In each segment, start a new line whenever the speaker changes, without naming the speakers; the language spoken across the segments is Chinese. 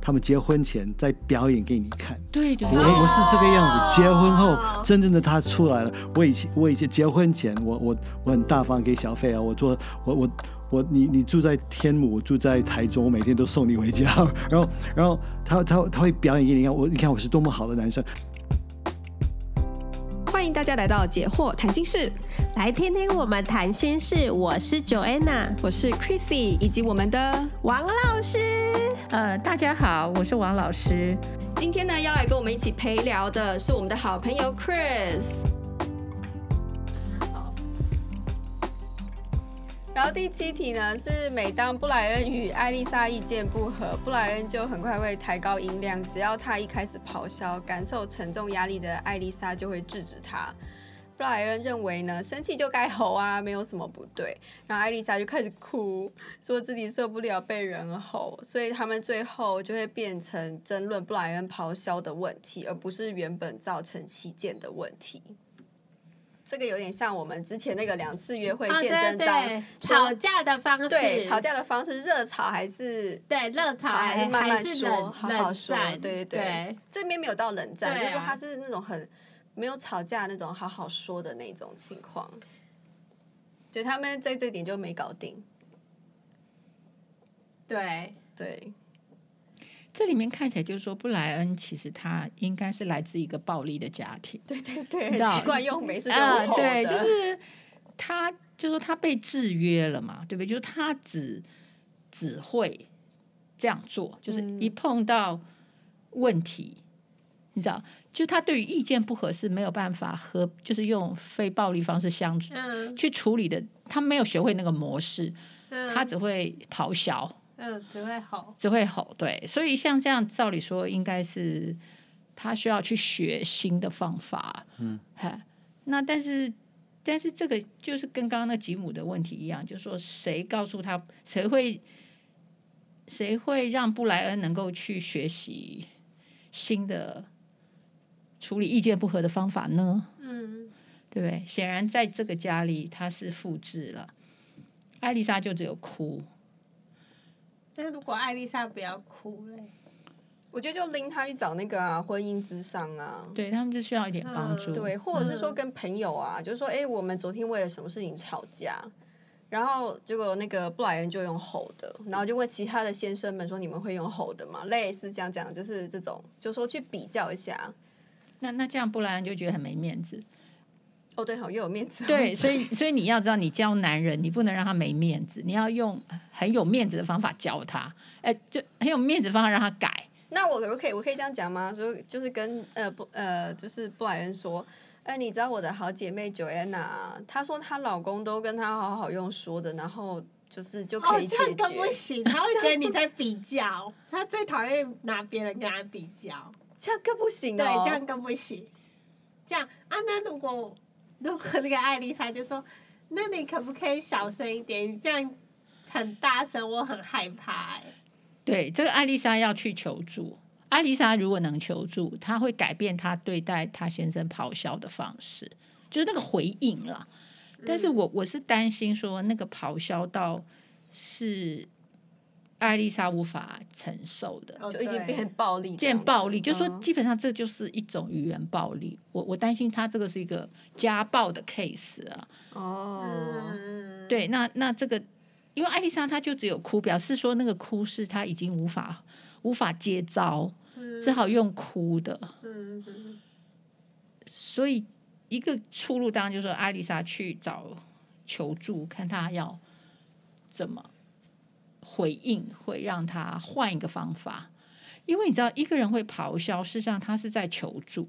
他们结婚前在表演给你看。
对对
我
对，
我是这个样子，结婚后
哦
真正的他出来了。我以前我以前结婚前，我我我很大方给小费啊，我做我我我你你住在天母，我住在台中，我每天都送你回家， 然后然后他他他会表演给你看，我你看我是多么好的男生，
欢迎大家来到解惑谈心室，
来听听我们谈心事。我是 Joanna
我是 Chrissy，以及我们的
王老师，
呃，大家好，我是王老师。
今天呢要来跟我们一起陪聊的是我们的好朋友 Chris。然后第七题呢是，每当布莱恩与艾丽莎意见不合，布莱恩就很快会抬高音量，只要他一开始咆哮，感受沉重压力的艾丽莎就会制止他。布莱恩认为呢，生气就该吼啊，没有什么不对。然后艾丽莎就开始哭，说自己受不了被人吼，所以他们最后就会变成争论布莱恩咆哮的问题，而不是原本造成起见的问题。这个有点像我们之前那个两次约会
哦对
见真章、
对，
说
吵架的方式，
对，吵架的方式，热吵还是
对热吵
还是慢
还
慢
是
说
冷
好好说
冷战
对对
对
这边没有到冷战，
对啊
就是他是那种很没有吵架那种好好说的那种情况，就他们在这点就没搞定。
对
对，
这里面看起来就是说，布莱恩其实他应该是来自一个暴力的家庭。
对对对，
你知道
很习惯用美式就
啊，
吼
对，
的
就是他，就说他被制约了嘛，对不对？就是他只只会这样做，就是
嗯
一碰到问题，你知道，就他对于意见不合是没有办法和，就是用非暴力方式相处
嗯
去处理的，他没有学会那个模式，
嗯，
他只会咆哮。
嗯只会吼，
只会吼，对，所以像这样，照理说应该是他需要去学新的方法，
嗯，
哈，那但是但是这个就是跟刚刚那吉姆的问题一样，就是说谁告诉他，谁会谁会让布莱恩能够去学习新的处理意见不合的方法呢？
嗯
对不对？显然在这个家里他是复制了，艾丽莎就只有哭，
那如果艾丽莎不要哭嘞，
我觉得就拎他去找那个啊，婚姻之商啊。
对他们就需要一点帮助，
嗯
对，或者是说跟朋友啊，就是说，哎、我们昨天为了什么事情吵架，然后结果那个布莱恩就用吼的，然后就问其他的先生们说，你们会用吼的吗？类似这样讲，就是这种，就说去比较一下。
那那这样布莱恩就觉得很没面子。
哦，对，好，又有面子。
对，所以所以你要知道，你教男人，你不能让他没面子，你要用很有面子的方法教他，哎，就很有面子的方法让他改。
那我我可以我可以这样讲吗？就就是跟呃不呃就是布莱恩说，哎、你知道我的好姐妹 Joanna，啊她说她老公都跟她好好用说的，然后就是就可
哦
以解
这
决。
样更不行，他会觉得你在比 较，他最讨厌拿别人跟他比较。
这样更不行
对，
哦。
这样更不行。这样啊，那如果如果那个艾丽莎就说，那你可不可以小声一点？你这样很大声，我很害怕、欸。
对，这个艾丽莎要去求助。艾丽莎如果能求助，她会改变她对待她先生咆哮的方式，就是那个回应啦。但是我我是担心说，那个咆哮到是艾丽莎无法承受的。
哦
就已经
对
变暴力这样
见
子，
暴力，就说
嗯
基本上这就是一种语言暴力。我我担心他这个是一个家暴的 case 啊。
哦，
嗯，
对，那那这个，因为艾丽莎她就只有哭，表示说那个哭是她已经无法无法接招，
嗯，
只好用哭的。
嗯，嗯
所以一个出路当然就是说艾丽莎去找求助，看她要怎么回应，会让她换一个方法。因为你知道，一个人会咆哮，事实上他是在求助。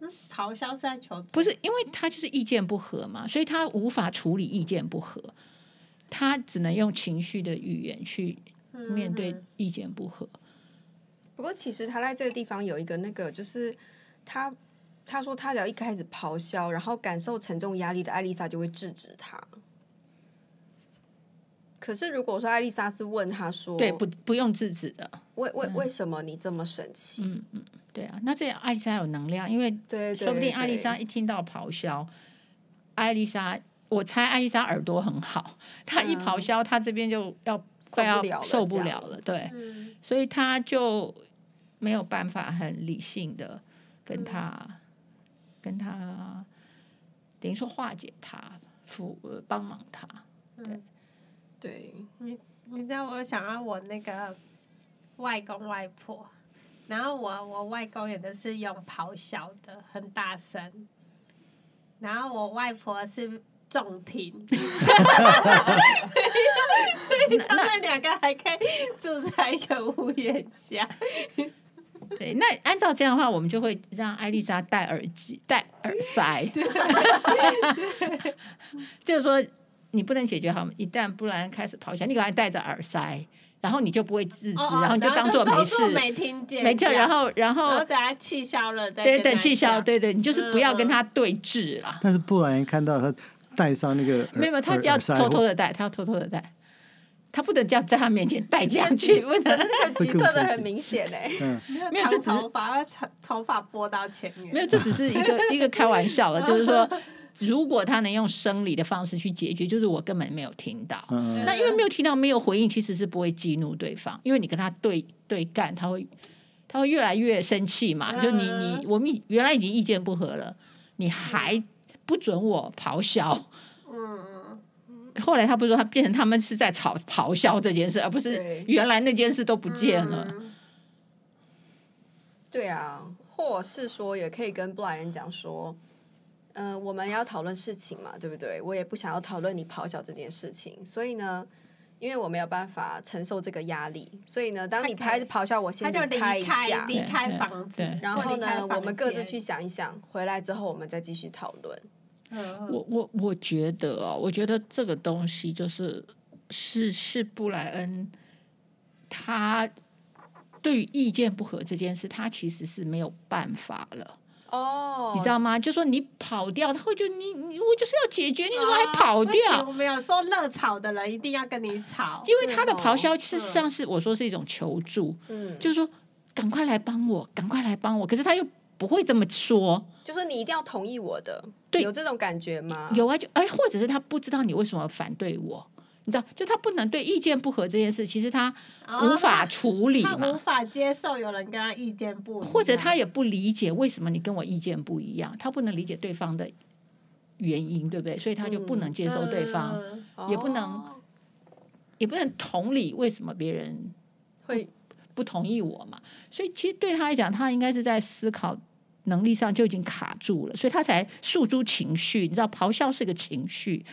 那咆哮是在求
不是，因为他就是意见不合嘛，所以他无法处理意见不合，他只能用情绪的语言去面对意见不合。
嗯不过其实他在这个地方有一个那个，就是他他说他只要一开始咆哮，然后感受沉重压力的艾丽莎就会制止他。可是如果说艾丽莎是问他说，
对，不不用制止的，
为为为什么你这么生气？
嗯嗯，对啊，那这样艾丽莎有能量，因为
对对，
说不定
对
艾丽莎一听到咆哮，艾丽莎我猜艾丽莎耳朵很好，她一
嗯
咆哮，她这边就要
受
快
不了
要
了
受
这
不
样
了了，对，
嗯，
所以她就没有办法很理性的跟他、跟他等于说化解他，辅呃帮忙他，
嗯
对，
你知道我想到我那个外公外婆，然后我我外公也都是用咆哮的，很大声，然后我外婆是重 听，所以 他们两个还可以住在一个屋檐下。
对，那按照这样的话，我们就会让艾丽莎戴耳机、戴耳塞。就是说，你不能解决好，一旦不然开始咆哮，你赶快戴着耳塞，然后你就不会制止，
哦哦
然后你就当做没
装
事，
作没听见，
没听，然
后
后然
然后
后
等他气消了再
对
跟
等
他
气消，
讲，
对对，你就是不要跟
嗯嗯
他对峙啦。
但是布莱恩看到他戴上那个耳
没有，没有他
耳
要
耳塞
偷偷
会
的戴，他要偷偷的戴，他不能这样在他面前戴这样去，不 能。
那个橘
更
色的
生
很
气
明显哎、
嗯，
没有这
长
只是
头发，把头头发拨到前面，
没有，这只是一个一个开玩笑了，就是说，如果他能用生理的方式去解决，就是我根本没有听到。
嗯
那因为没有听到，没有回应，其实是不会激怒对方，因为你跟他对对干，他会他会越来越生气嘛。
嗯
就你你我们已原来已经意见不合了，你还不准我咆哮。
嗯嗯
后来他不是说他变成他们是在吵咆哮这件事，而不是
对
原来那件事都不
嗯，
见了。
嗯
对啊，或是说也可以跟布莱恩讲说，嗯、我们要讨论事情嘛，对不对？我也不想要讨论你咆哮这件事情，所以呢，因为我没有办法承受这个压力，所以呢，当你
他可以
开始咆哮，我
他
先
就
离
离
开一下
开，离开房子
对对，
然后
或离开
呢，
房
我们各自
间
去想一想，回来之后我们再继续讨论。
嗯
我我我觉得哦，我觉得这个东西就是是是布莱恩他对于意见不合这件事，他其实是没有办法了。
哦
你知道吗？就说你跑掉，他会觉得你你我就是要解决，你怎么还
啊
哦
跑
不
掉？
行我没有说热吵的人一定要跟你吵，
因为他的
对哦
咆哮事实上是、我说是一种求助，
嗯，
就
就
是说赶快来帮我，赶快来帮我。可是他又不会这么说，
就说你一定要同意我的，
对
有这种感觉吗？
有啊就哎，或者是他不知道你为什么反对我，你知道，就他不能对意见不合这件事，其实他
哦
无法处理
他
嘛。
无法接受有人跟他意见不一样，
或者他也不理解为什么你跟我意见不一样，他不能理解对方的原因，对不对？所以他就不能接受对方，
嗯
哦
也不能也不能同理为什么别人
会
不同意我嘛。所以其实对他来讲，他应该是在思考能力上就已经卡住了，所以他才诉诸情绪。你知道，咆哮是个情绪，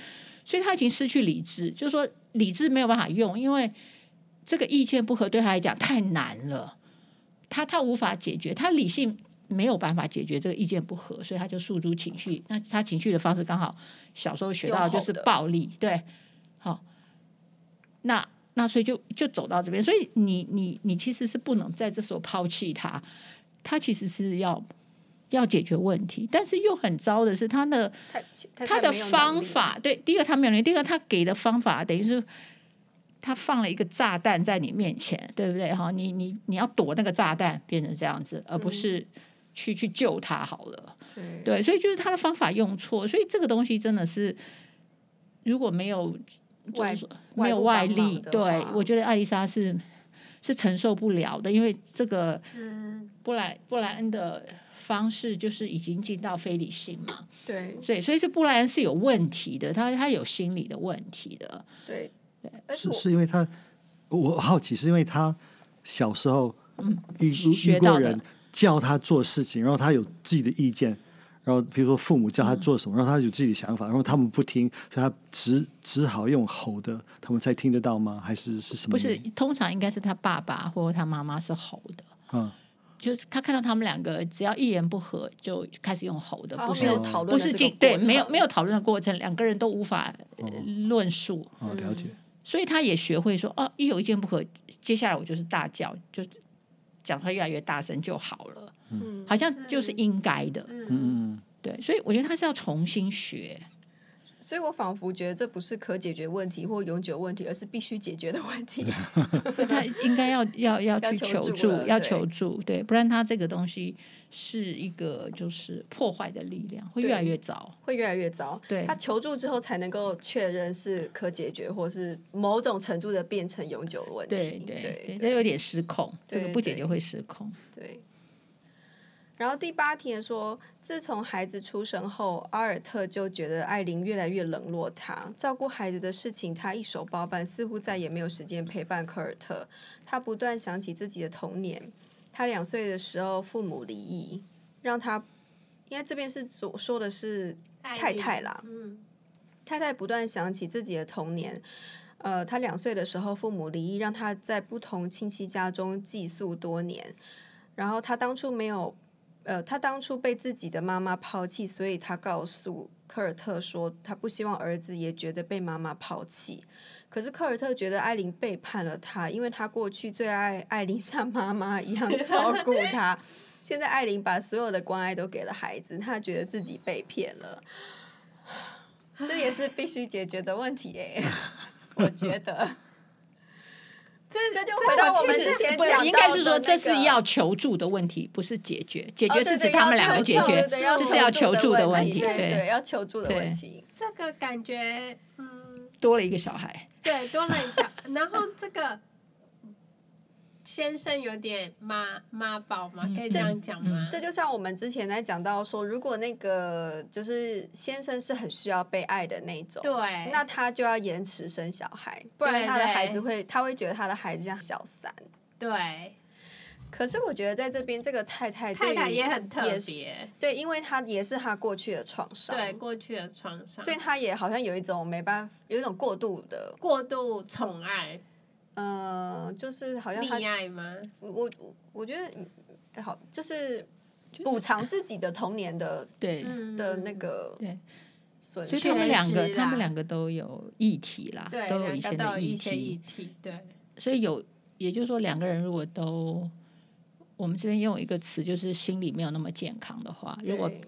所以他已经失去理智，就是说理智没有办法用，因为这个意见不合对他来讲太难了，他他无法解决，他理性。没有办法解决这个意见不合，所以他就诉诸情绪。那他情绪的方式刚好小时候学到的就是
用吼的
暴力，对，好、那那所以就就走到这边，所以你你你其实是不能在这时候抛弃他，他其实是要要解决问题，但是又很糟的是他的
太太
他的
太没有能
方
力
法，对，第一个他没有能力，第二个他给的方法等于是他放了一个炸弹在你面前，对不对？哈，你你你要躲那个炸弹，变成这样子，而不
嗯
是去、去救他好了。
对
对，所以就是他的方法用错，所以这个东西真的是如果没有就是
外
说
外
没有
部
外
帮忙
力，
的
对
话
我觉得艾丽莎是是承受不了的，因为这个
嗯
布莱布莱恩的方式就是已经进到非理性嘛，
对
所以所以是布莱恩是有问题的，他他有心理的问题的，
对，而且
是
我
是因为他，我好奇是因为他小时候遇遇
嗯学
遇
到
过
的
人叫他做事情，然后他有自己的意见，然后比如说父母叫他
嗯
做什么，然后他有自己的想法，然后他们不听，所以他只只好用吼的，他们才听得到吗？还是是什么
不是
原因？
通常应该是他爸爸或他妈妈是吼的。
嗯，
就是他看到他们两个只要一言不合就开始用吼的，
好
不
像
是
哦没有讨论
不
的
是
这
进
个
对，
过
没有
程
没有讨论的过程，两个人都无法、呃
哦
论述，
哦，了解。
所以他也学会说哦，一有意见不合，接下来我就是大叫，就讲出来越来越大声就好了，
嗯
好像就是应该的，
嗯
嗯，
嗯
对，所以我觉得他是要重新学，
所以我仿佛觉得这不是可解决问题或永久问题，而是必须解决的 问题。
他应该要要要
要
去
求
求
助
助
了，
要
对
求助，对，不然他这个东西是一个就是破坏的力量，会越来
对
越糟。
会越来越糟。
对
他求助之后才能够确认是可解决，或是某种程度的变成永久的问
对
题。
对，
对
这有点失控，这个
对
不解
对
决会失控。
对。然后第八题说，自从孩子出生后，阿尔特就觉得艾琳越来越冷落他，照顾孩子的事情他一手包办，似乎再也没有时间陪伴科尔特。他不断想起自己的童年，他两岁的时候父母离异，让他，因为这边是所说的是太太啦
嗯，
太太不断想起自己的童年，呃，她两岁的时候父母离异，让她在不同亲戚家中寄宿多年。然后她当初没有，呃，她当初被自己的妈妈抛弃，所以她告诉科尔特说，她不希望儿子也觉得被妈妈抛弃。可是科尔特觉得艾琳背叛了他，因为他过去最爱艾琳像妈妈一样照顾他，现在艾琳把所有的关爱都给了孩子，他觉得自己被骗了。这也是必须解决的问题耶、我觉得。这这就回到我们之前
不
讲到的、那个，
应该是说这是要求助的问题，不是解决。 解决是指他们两个解
哦对
决，
对
这是要求助的问题。
对对，要求助的问
对
题。
这个感觉，嗯，
多了一个小孩，
对，多了一下。然后这个先生有点妈妈宝嘛，可以这样讲吗？
嗯这就像我们之前在讲到说，如果那个就是先生是很需要被爱的那种，
对，
那他就要延迟生小孩，不然
对
他的
对
孩子会，他会觉得他的孩子像小三。
对，
可是我觉得在这边，这个太太对
太
于
太也很特
也是
别，
对，因为她也是她过去的创伤，
对过去的创伤
所，以她也好像有一种没办法，有一种过度的，
过度宠爱、
呃，就是好像她
溺爱吗？
我我我觉得嗯好，就是补偿自己的童年的
对。
嗯
的那个
对
损
所
失。
以他们两个
缺，失啦
他们两个都有议题啦，
对，
都有
两
以
个
前
都有
的议
一些议
题。
题，对，
所以有，也就是说，两个人如果都，我们这边用一个词，就是心理没有那么健康的话，如果
对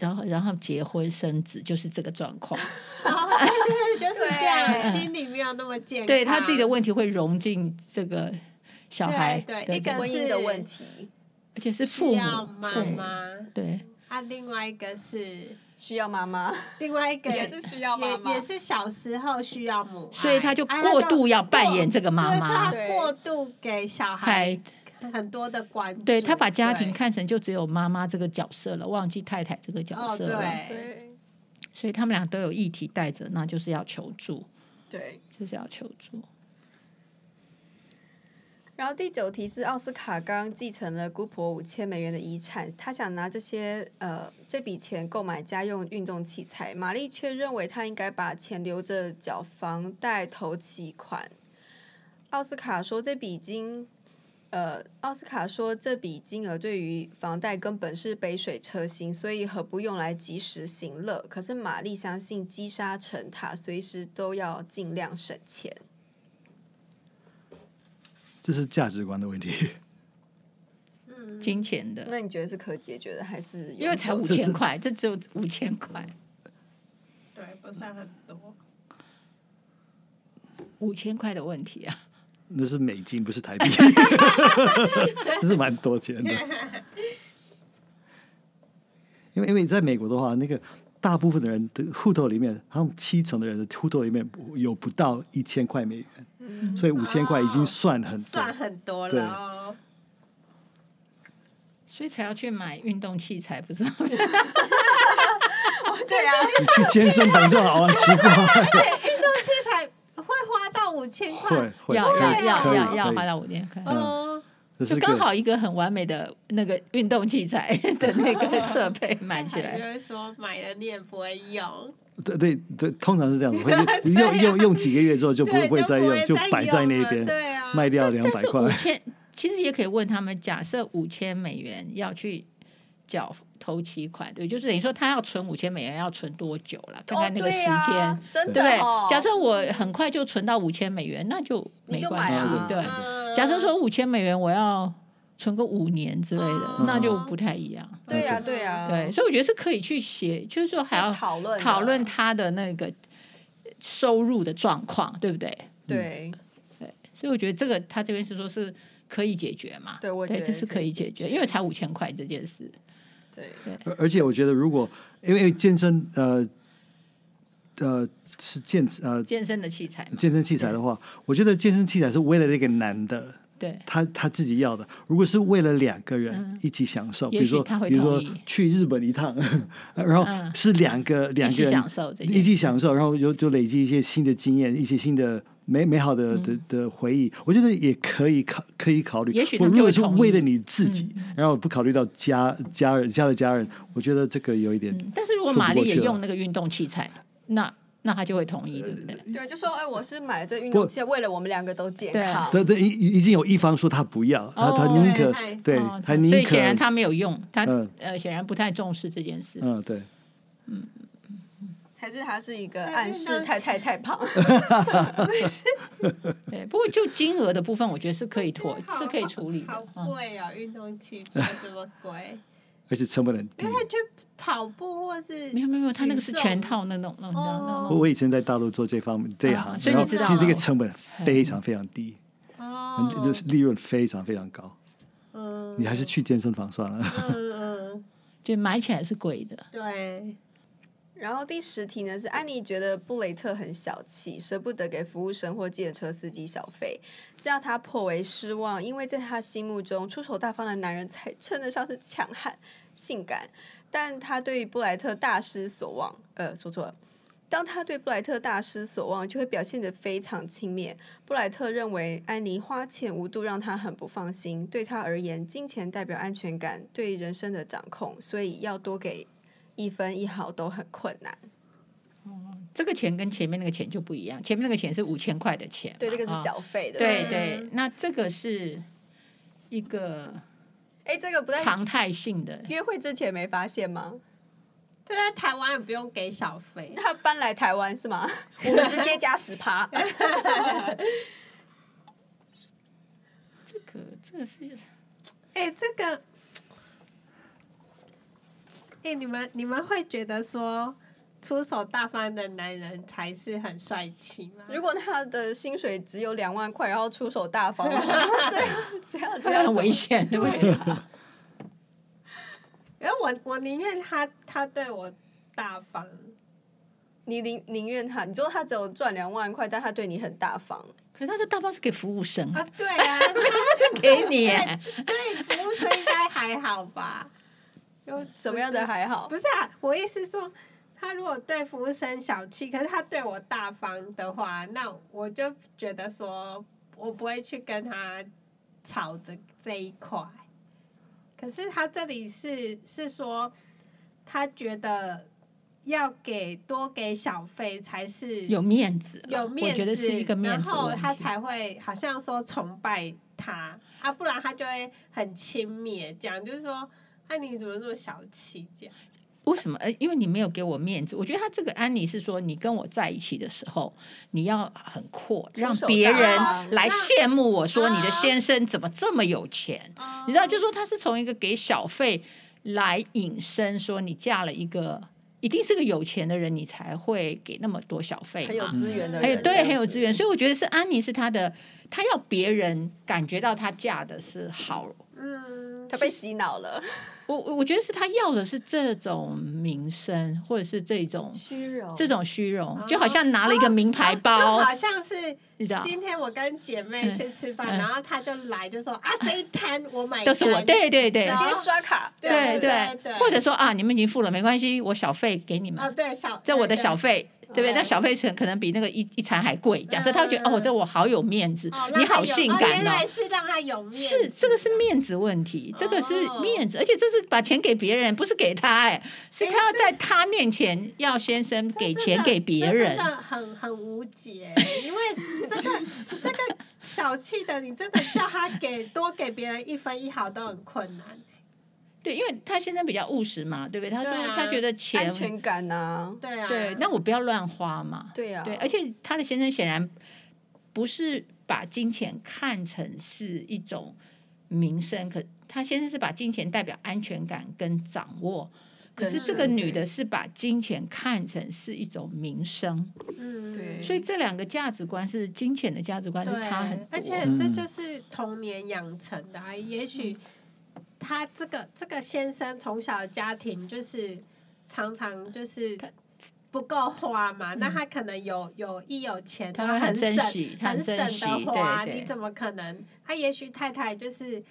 然后然后结婚生子，就是这个状 况。
哦，对对，就是这样，
对
心里没有那么健康，
对他自己的问题会融进这个小孩
对
的
一个
这
婚姻的问题
而且是
需
父母
要妈
父母
妈，
对
啊，另外一个是
需要妈妈，
另外一个
也是需要妈妈
也也是小时候需要母爱，
所以他就
啊
过度要扮演这个妈妈
对
对
他过度给小孩
还
很多的关注，
对他把家庭
对
看成就只有妈妈这个角色了，忘记太太这个角
哦，
色了。
对，
对
所以他们俩都有议题带着，那就是要求助，
对。
就是要求助。
然后第九题是奥斯卡刚继承了姑婆五千美元的遗产，他想拿这些呃这笔钱购买家用运动器材，玛丽却认为他应该把钱留着缴房贷、投期款。奥斯卡说这笔金，呃，奥斯卡说这笔金额对于房贷根本是杯水车薪，所以何不用来及时行乐？可是玛丽相信积沙成塔，随时都要尽量省钱。
这是价值观的问题。
嗯，
金钱的，
那你觉得是可解决的，还是
因为才
永
五
久
千块，这只有五千块，
对，不算很多，
五千块的问题啊。
那是美金，不是台币， 那是蛮多钱的。因为因为在美国的话，那个大部分的人的户头里面，他们七成的人的户头里面有不到一千块美元，所以五千块已经算很多。
嗯哦算很多了哦。
所以才要去买运动器材，不是吗？
对啊，
你去健身房就好啊，奇怪，
对，运动器材会花到五千
会嗯
块，
会
要
可
要
以
要
可以
要要
可
花
以，
到五千块，
哦，
这
就是刚
个
好一个很完美的那个运动器材 的那个设备买起
就
来。
会说买了你也不会用，
对对对，通常是这样子， 会用用用几个月之后就不
啊对，
会
就
再
不
用
会，
就
再
摆在
用
那
了
边，
对啊，
卖掉两
但
百
是五
块。
千，其实也可以问他们，假设五千美元要去缴头期款，对，就是等于说他要存五千美元要存多久了？看看那个时间，
哦对啊、真
对不
的
对？
哦。
假设我很快就存到五千美元，那就
你
没
就
关
买
系，
啊
对。
嗯
假设说五千美元我要存个五年之类的
哦，
那就不太一样。
对呀、
OK
对呀、
嗯对，所以我觉得是可以去写，就是说还要
是嗯讨论的
讨论他的那个收入的状况，对不对？
对
所以我觉得这个他这边是说是可以解决嘛？
对我觉
对，
得
这是
可
可
以
以
解
解
决
决，因为才五千块这件事。
对
而而且我觉得，如果因为因为健身，呃，呃，是健呃
健身的器材嘛，
健身器材的话，我觉得健身器材是为了那个男的，
对
他他自己要的。如果是为了两个人
嗯
一起享受，比
也
如
许
说
他会
比如
同
说
意
去日本一趟， 然后
嗯
是两个两个
一起
人
享受这
一
些。
起享受，然后就就累积一些新的经验，一些新的美美好的的的回忆，我觉得也可以考可以考虑。
嗯也许他
我
们
如
就
果
会
是
同
为
意嗯
了你自己，然后不考虑到家家人家的家人，我觉得这个有一点。
嗯，但是如果
说不
玛丽
过
也
去了
用那个运动器材，那那他就会同意，对不
呃
对？
对，就说哎，我是买了这运动器，为了我们两个都健
对啊
康。
但但已已经有一方说他不要，他他
哦
宁可
对
对
哦，
他
所
宁
以
可
显然他没有用，他
嗯
呃显然不太重视这件事。
嗯对，
还是他是一个
对啊
暗
运
示
动
太
器
太太胖，
对，不过就金额的部分，我觉得是可以妥，
好
是可以处理
好
的。嗯，
贵哦，运动器材这么 贵，
而且成本很低
因。为他去跑步或是
嗯没有没有没有，他那个是
举重
全套那种那种那种
哦
那
我
种。
我以前在大陆做这方面这一
啊
行，
所以
然后
你
其实
知道
那个
了嗯
成本非常非常低，
哦
很，就是利润非常非常高。
嗯，
你还是去健身房算了。
嗯嗯，
对，买起来是贵的。
对，
然后第十题呢是安妮觉得布雷特很小气，舍不得给服务生或计程车司机小费，这让她颇为失望，因为在她心目中出手大方的男人才 称得上是强悍、性感。但她对布莱特大失所望，呃，说错了。当她对布莱特大失所望，就会表现得非常轻蔑。布莱特认为安妮花钱无度，让他很不放心。对他而言，金钱代表安全感，对人生的掌控，所以要多给一分一毫都很困难。
这个钱跟前面那个钱就不一样，前面那个钱是五千块的钱嘛，
对，这个是
啊
小费的。
对
嗯
对，那这个是一个
哎，这个不在
常态性的，
约会之前没发现吗？
但在台湾也不用给小费，
他搬来台湾是 吗？我们直接加十趴。
这个这个是
哎、这个，哎、你们你们会觉得说出手大方的男人才是很帅气吗？
如果他的薪水只有两万块，然后出手大方的 话，这样这样这
这个
样
很危。险，对不对？
啊因为我我宁愿他他对我大方，
你宁宁愿他，你说他只有赚两万块，但他对你很大方，
可是他这大包是给服务生，
啊，对 啊，
是给你耶，
对服务生应该还好 吧？有
怎么样的还好
不？是啊，我意思说，他如果对服务生小气，可是他对我大方的话，那我就觉得说我不会去跟他吵这这一块。可是他这里是是说，他觉得要给多给小费才是
有面子啦，
有面
我觉得是一个面
然
子的
后
问
他
题
才会好像说崇拜他啊，不然他就会很轻蔑，这样就是说，啊你怎么这么小气这样？
为什么？呃，因为你没有给我面子。我觉得他这个安妮是说，你跟我在一起的时候，你要很阔，
出
让
手
别
大
人
方
来
那
羡慕我说你的
啊
先生怎么这么有钱。你知道，就说他是从一个给小费来引申，说你嫁了一个一定是个有钱的人，你才会给那么多小费
很有
嘛。
资源的
还有
人，
对，
这样
很有
子
资源，。所以我觉得是安妮是他的，他要别人感觉到他嫁的是好
嗯，
他被洗脑了，
我我我觉得是他要的是这种名声，或者是这种
虚荣
这种虚荣
哦，啊
就好像拿了一个名牌
就
包，
好像是
你知道，
今天我跟姐妹去吃饭，
嗯嗯
然后她就来就说啊这一摊我买单，
都是我，对对对
直接刷卡，
对
对
对
对，或者说啊，你们已经付了，没关系，我小费给你
哦
们，
对小，
这我的小
对
费，对不对？
嗯
那小费可可能比那个一一餐还贵。假设他会觉得
嗯嗯
哦，这我好有面子
对哦，
你
让她
好
有
性
哦原
感
来
哦。
是让她有面子，
是，这个是面子问题，这个是
哦
面子，而且这是把钱给别人，不是给他，哎，是他要在他面前要先生给钱给别
这
人
真，的很很无解，欸因为这个这个小气的，你真的叫他给多给别人一分一毫都很困难，
对，因为他先生比较务实嘛，对不对？他说
对啊
他觉得
安
钱
全感呐、
对啊，
对，那我不要乱花嘛。
对啊呀、
对，而且他的先生显然不是把金钱看成是一种名声，可她先生是把金钱代表安全感跟掌握，可是这个
人生
女
对
的是把金钱看成是一种名声，
嗯，
对
所以这两个价值观是金钱的价值观是差很多，嗯
而且这就是童年养成的、啊，也许他这个这个先生从小的家庭就是常常就是
他
不够花嘛，
嗯
那他可能有有一有钱
他
都
会很珍
省
惜，他
很省
珍惜，
的花，
对
你
对
怎么可能？他也许太太就是。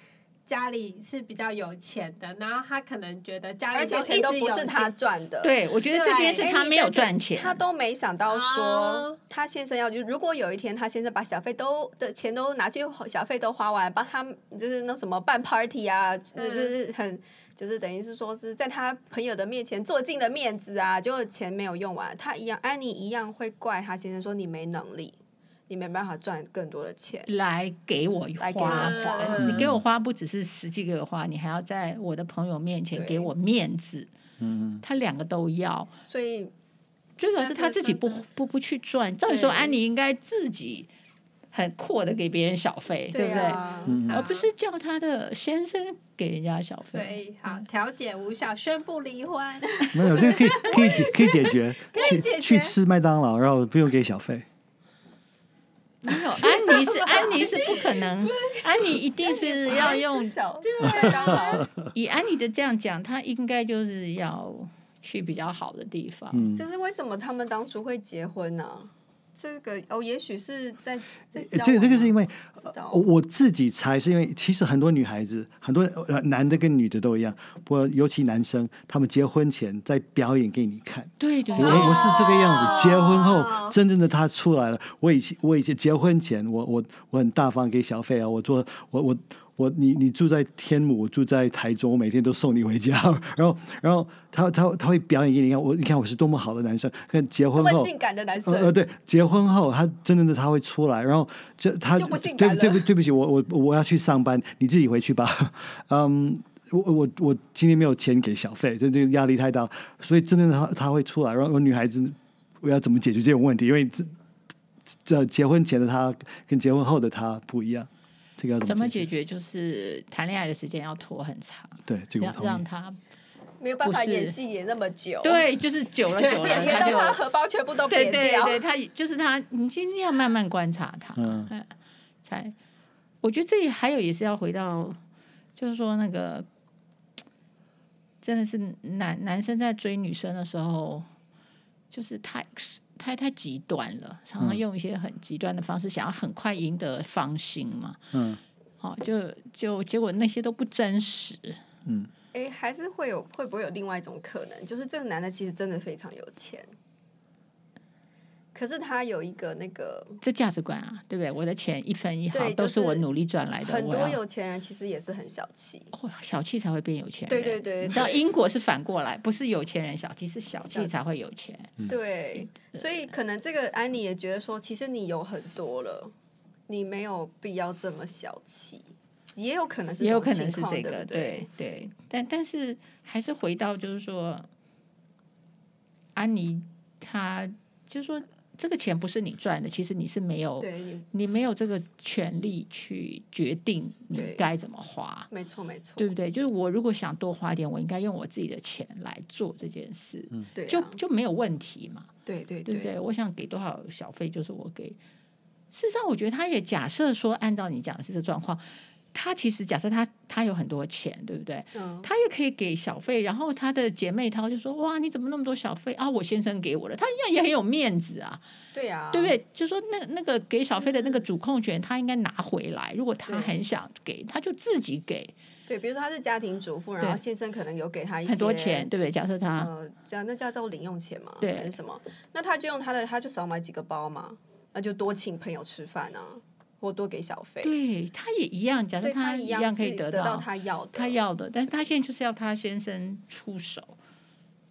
家里是比较有钱的，然后他可能觉得家
而
里
且
都
钱
一
都
直
不
有
是他
钱，
赚的，
对，我觉得这边是
哎
他
你
没
在
有
这
赚钱，
他都没想到说
哦
他先生要去。如果有一天他先生把小费都的钱都拿去小费都花完，帮他就是那什么办 party 啊，就是很就是等于是说是在他朋友的面前做尽了面子啊，结果钱没有用完，他一样安妮一样会怪他先生说你没能力，你没办法赚更多的钱。
来给我
来给我
花，
花
你给我花不只是实际给我花，你还要在我的朋友面前
对
给我面子，
嗯，
他两个都要。
所以
最主要是他自己不
对对对
不不去赚，照理说
对
安妮应该自己很阔的给别人小费，对不对？
啊，
嗯
而不是叫他的先生给人家小
所
费。
以好调解无效，宣布离婚。
没有这个可以可以解可以解决，
以解
去
决
去吃麦当劳，然后不用给小费。
没有，安妮是安妮是不可能，安妮一定是要 用
吃小麦 当劳，
以安妮的这样讲，她应该就是要去比较好的地方。
嗯，
就是为什么他们当初会结婚呢？这个哦，也许是在在
呃
交
这
往啊
这个是因
吗
为
不知道
我我自己猜，是因为其实很多女孩子，很多呃男的跟女的都一样，不过尤其男生，他们结婚前在表演给你看。
对对
我
对，
我是这个样子，结婚后
哦
真正的他出来了。我以前我以前结婚前，我我我很大方给小费啊，我做我我我你你住在天母，我住在台中，我每天都送你回家。 然后然后他他他会表演给你看，我你看我是多么好的男生。看结
多
婚
么
后，
性感的男生，
呃呃，对，结婚后他真正的他会出来，然后这他
就不性
对
感
对不
了
对不起，我我我要去上班，你自己回去吧。 嗯，我我我今天没有钱给小费，这这个压力太大，所以真正的他他会出来，然后女孩子我要怎么解决这种问题？因为这这结婚前的他跟结婚后的他不一样，这个要
怎
怎
么
么
解
决？
决？就是谈恋爱的时间要拖很长，
对，这个我
让
同
让
意。
他
没有办
不
法
是
演戏演那么久，，
对，就是久了久了，
演 演
他
到他
就
荷包全部哦都
对
扁
对
掉。
对， 他就是他，你今天要慢慢观察他，
嗯
嗯，才我觉得这里还有也是要回到，就是说那个真的是男男生在追女生的时候，就是太 ex- 太太极端了，常常
嗯
用一些很极端的方式，想要很快赢得芳心嘛，
嗯
哦，就就结果那些都不真实，
嗯，
哎，还是会有会不会有另外一种可能，就是这个男的其实真的非常有钱，可是他有一个那个
这价值观啊，对不对？我的钱一分一毫
对
都
就是
是我努力赚来的，
很
我
多
要
有钱人其实也是很小气，
哦，小气才会变有钱人。
对对对
你知道英国是反过来，不是有钱人小气，是小气才会有钱。
对，所以可能这个安妮也觉得说，其实你有很多了，你没有必要这么小气，也有可能是
也有
种
可能
情
是
况
这
对
个，
不
对对，但但是还是回到就是说，安妮她就是说，这个钱不是你赚的，其实你是没有，
对，你
你没有这个权利去决定你
对
该怎么花，
没错没错，
对不对？就是我如果想多花一点，我应该用我自己的钱来做这件事，
对啊，
就就没有问题嘛。
对对
对不对？我想给多少小费就是我给。事实上，我觉得他也假设说，按照你讲的是这状况，他其实假设他他有很多钱，对不对？
嗯，
他也可以给小费，然后他的姐妹淘就说：“哇，你怎么那么多小费啊？我先生给我的。”他一样也很有面子啊，
对啊，嗯
对不对？就说那那个给小费的那个主控权，他应该拿回来。如果他
对
很想给，他就自己给
对，比如说她是家庭主妇，然
对
后先生可能有给她一些
很多钱，，对不对？假设他、
呃，这样那叫做零用钱嘛，
对
还是什么？那她就用她的，她就少买几个包嘛，那就多请朋友吃饭啊，或多给小费，
对，他也一样，假设
对她
一
样
可以
是得
到
她要的，
他要的，但是他现在就是要他先生出手。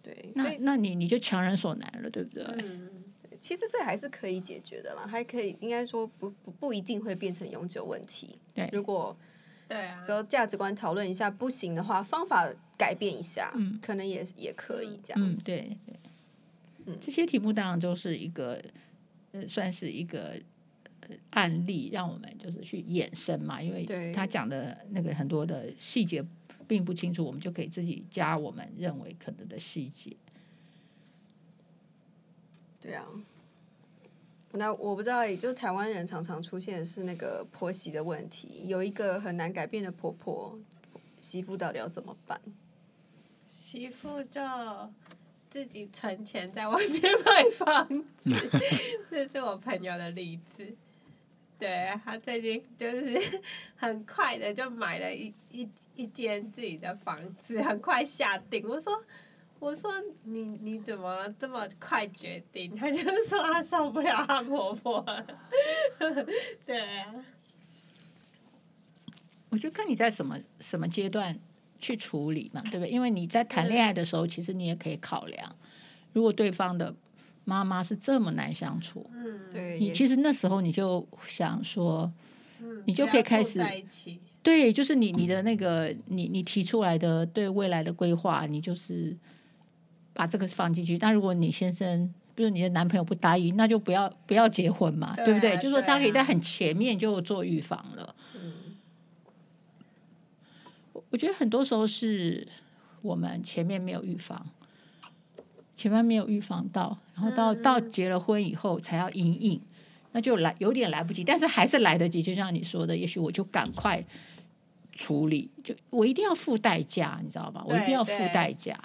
对，所
那
以啊
那你你就强人所难了，对不对？
嗯，
其实这还是可以解决的啦，还可以应该说不不不一定会变成永久问题。
对
如果
对啊
比，如价值观讨论一下不行的话，方法改变一下，
嗯
可能也也可以这样。
嗯，对对
嗯
这些题目当然都是一个，呃，算是一个案例，让我们就是去衍生嘛，因为
对
他讲的那个很多的细节并不清楚，我们就可以自己加我们认为可能的细节。
对啊。那我不知道欸，也就台湾人常常出现的是那个婆媳的问题，有一个很难改变的婆婆，媳妇到底要怎么办？
媳妇就自己存钱在外面买房子， 这是我朋友的例子。对他最近就是很快的就买了一一一间自己的房子，很快下定。我说我说你你怎么这么快决定？他就说他受不了他婆婆 了。对啊，
我觉得看你在什么什么阶段去处理嘛，对不对？因为你在谈恋爱的时候，其实你也可以考量，如果对方的妈妈是这么难相处，
嗯，
对，
你
也
其
是
实那时候你就想说，
嗯，
你就
不
可以
要
开
住
始
在一起。
对，就是你你的那个你你提出来的对未来的规划，你就是把这个放进去。那如果你先生就是你的男朋友不答应，那就不要不要结婚嘛，
对
不对？
啊
就说
对
他可以在
啊
很前面就做预防了。
嗯
我我觉得很多时候是我们前面没有预防，前面没有预防到，然后到、到
嗯
结了婚以后才要隐隐，那就来有点来不及，但是还是来得及。就像你说的，也许我就赶快处理，就我一定要付代价，你知道吧？我一定
对
要付
对
代价。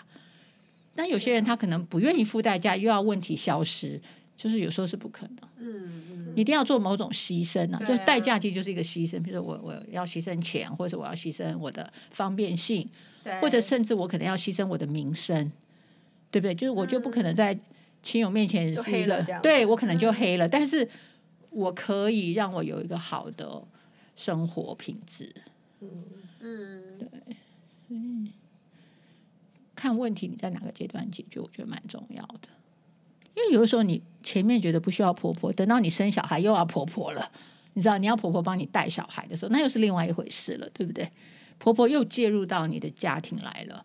那有些人他可能不愿意付代价，又要问题消失，就是有时候是不可能。
嗯
一定要做某种牺牲啊，
对啊
就是代价其实就是一个牺牲，比如说我我要牺牲钱，或者我要牺牲我的方便性，
嗯，
或者
对
甚至我可能要牺牲我的名声，对不对？就是我就不可能在亲友面前
就是
一
黑了
个
这样，子
对我可能就
嗯
黑了，但是我可以让我有一个好的生活品质。
嗯，
嗯。
看问题你在哪个阶段解决，我觉得蛮重要的。因为有的时候你前面觉得不需要婆婆，等到你生小孩又要婆婆了，你知道你要婆婆帮你带小孩的时候，那又是另外一回事了，对不对？婆婆又介入到你的家庭来了，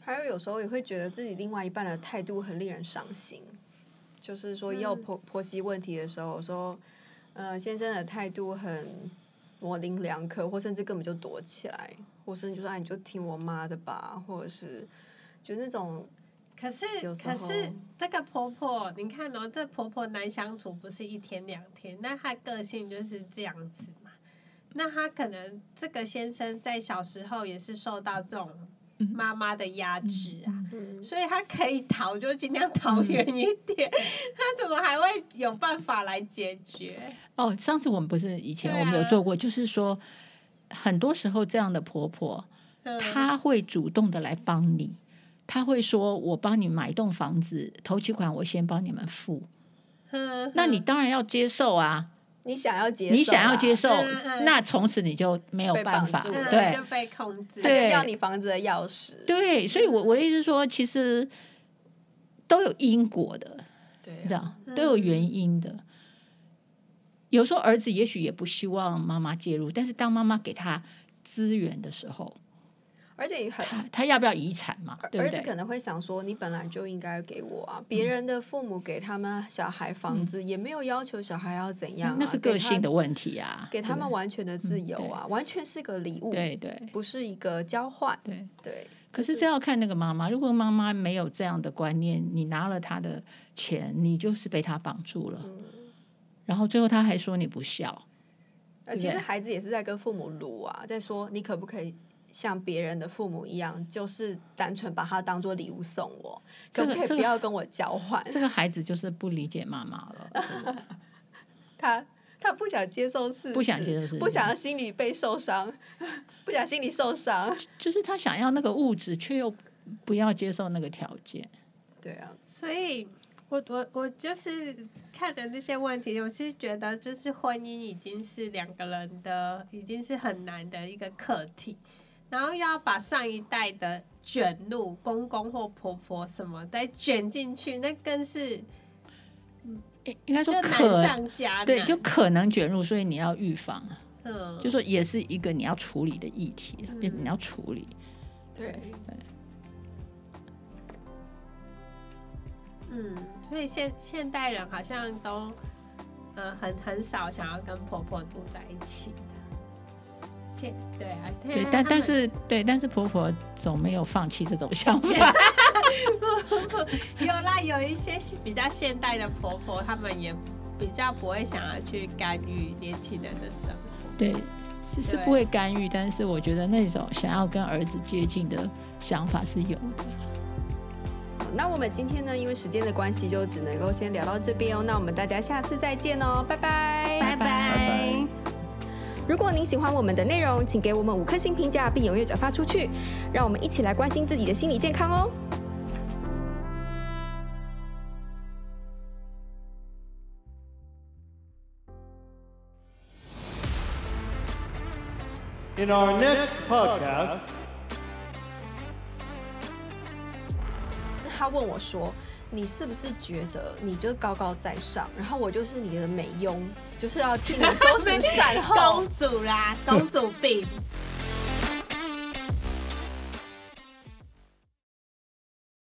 还有有时候也会觉得自己另外一半的态度很令人伤心，就是说要
嗯
婆婆媳问题的时候，说呃先生的态度很模棱两可，或甚至根本就躲起来，或甚至就说哎你就听我妈的吧，或者是就那种
可是
有，时
可是
候
这个婆婆，你看哦，这婆婆难相处，不是一天两天，那她个性就是这样子嘛。那她可能这个先生在小时候也是受到这种
嗯
妈妈的压制啊，
嗯
所以她可以逃就尽量逃远一点。她怎么还会有办法来解决？
哦，上次我们不是以前
对啊
我们有做过，就是说，很多时候这样的婆婆，
嗯
她会主动的来帮你，她会说：“我帮你买一栋房子，头期款我先帮你们付。”
嗯
那你
嗯
当然要接受啊，
你想要接受啦，啊
你想要接受
嗯嗯，
那从此你就没有
被
办
绑
法，
住了
对
就被控制，
他就
对
要你房子的钥匙，
对，所以我我的意思是说，其实都有因果的，
对
你知
啊，
道
嗯
都有原因的。有时候儿子也许也不希望妈妈介入，但是当妈妈给他资源的时候，
而且也很
他他要不要遗产嘛？对
儿
不
子
对？嗯
可能会想说，你本来就应该给我啊，别人的父母给他们小孩房子，也没有要求小孩要怎样、啊，
那是
给
个
他
性的，问题啊，
给他们完全的自由
嗯
啊，完全是个礼物，
对不对对
不是一个交换，
对。
对。
可是
就
这要看那个妈妈，如果妈妈没有这样的观念，你拿了她的钱，你就是被她绑住了。
嗯
然后最后她还说你不孝，
呃，
对
其实孩子也是在跟父母撸啊，在说你可不可以像别人的父母一样，就是单纯把它当做礼物送我，
这
可
个
不可以
这
不
个
要跟我交换？
这个孩子就是不理解妈妈了。对 不对
他他不想接受事实，
不想接受事实
不想心里被受伤， 不想心里受伤。
就是他想要那个物质，却又不要接受那个条件。
对啊，
所以我我我就是看的这些问题，我是觉得就是婚姻已经是两个人的，已经是很难的一个课题，然后要把上一代的卷入公公或婆婆什么再卷进去，那更是
诶应该
就
说
难
可
上加难。
对，就可能卷入，所以你要预防啊，
嗯，
就说也是一个你要处理的议题，啊
嗯
你要处理。
对，
嗯，所以现现代人好像都。呃，很很少想要跟婆婆住在一起的。现对啊，
对，
他
但
他
但
们
是对，但是婆婆总没有放弃这种 想法。
有啦，有一些比较现代的婆婆，她们也比较不会想要去干预年轻人的生活。
对，是是
对
不会干预，但是我觉得那种想要跟儿子接近的想法是有的。
好那我们今天呢，因为时间的关系，就只能够先聊到这边哦。那我们大家下次再见哦，拜拜。
拜拜
拜拜
如果您喜欢我们的内容，请给我们五颗星评价，并踊跃转发出去，让我们一起来关心自己的心理健康哦。
In our next podcast,
他问我说：“你是不是觉得你就高高在上，然后我就 是你的美佣，就是要替你收拾善后
公主啦，公主病，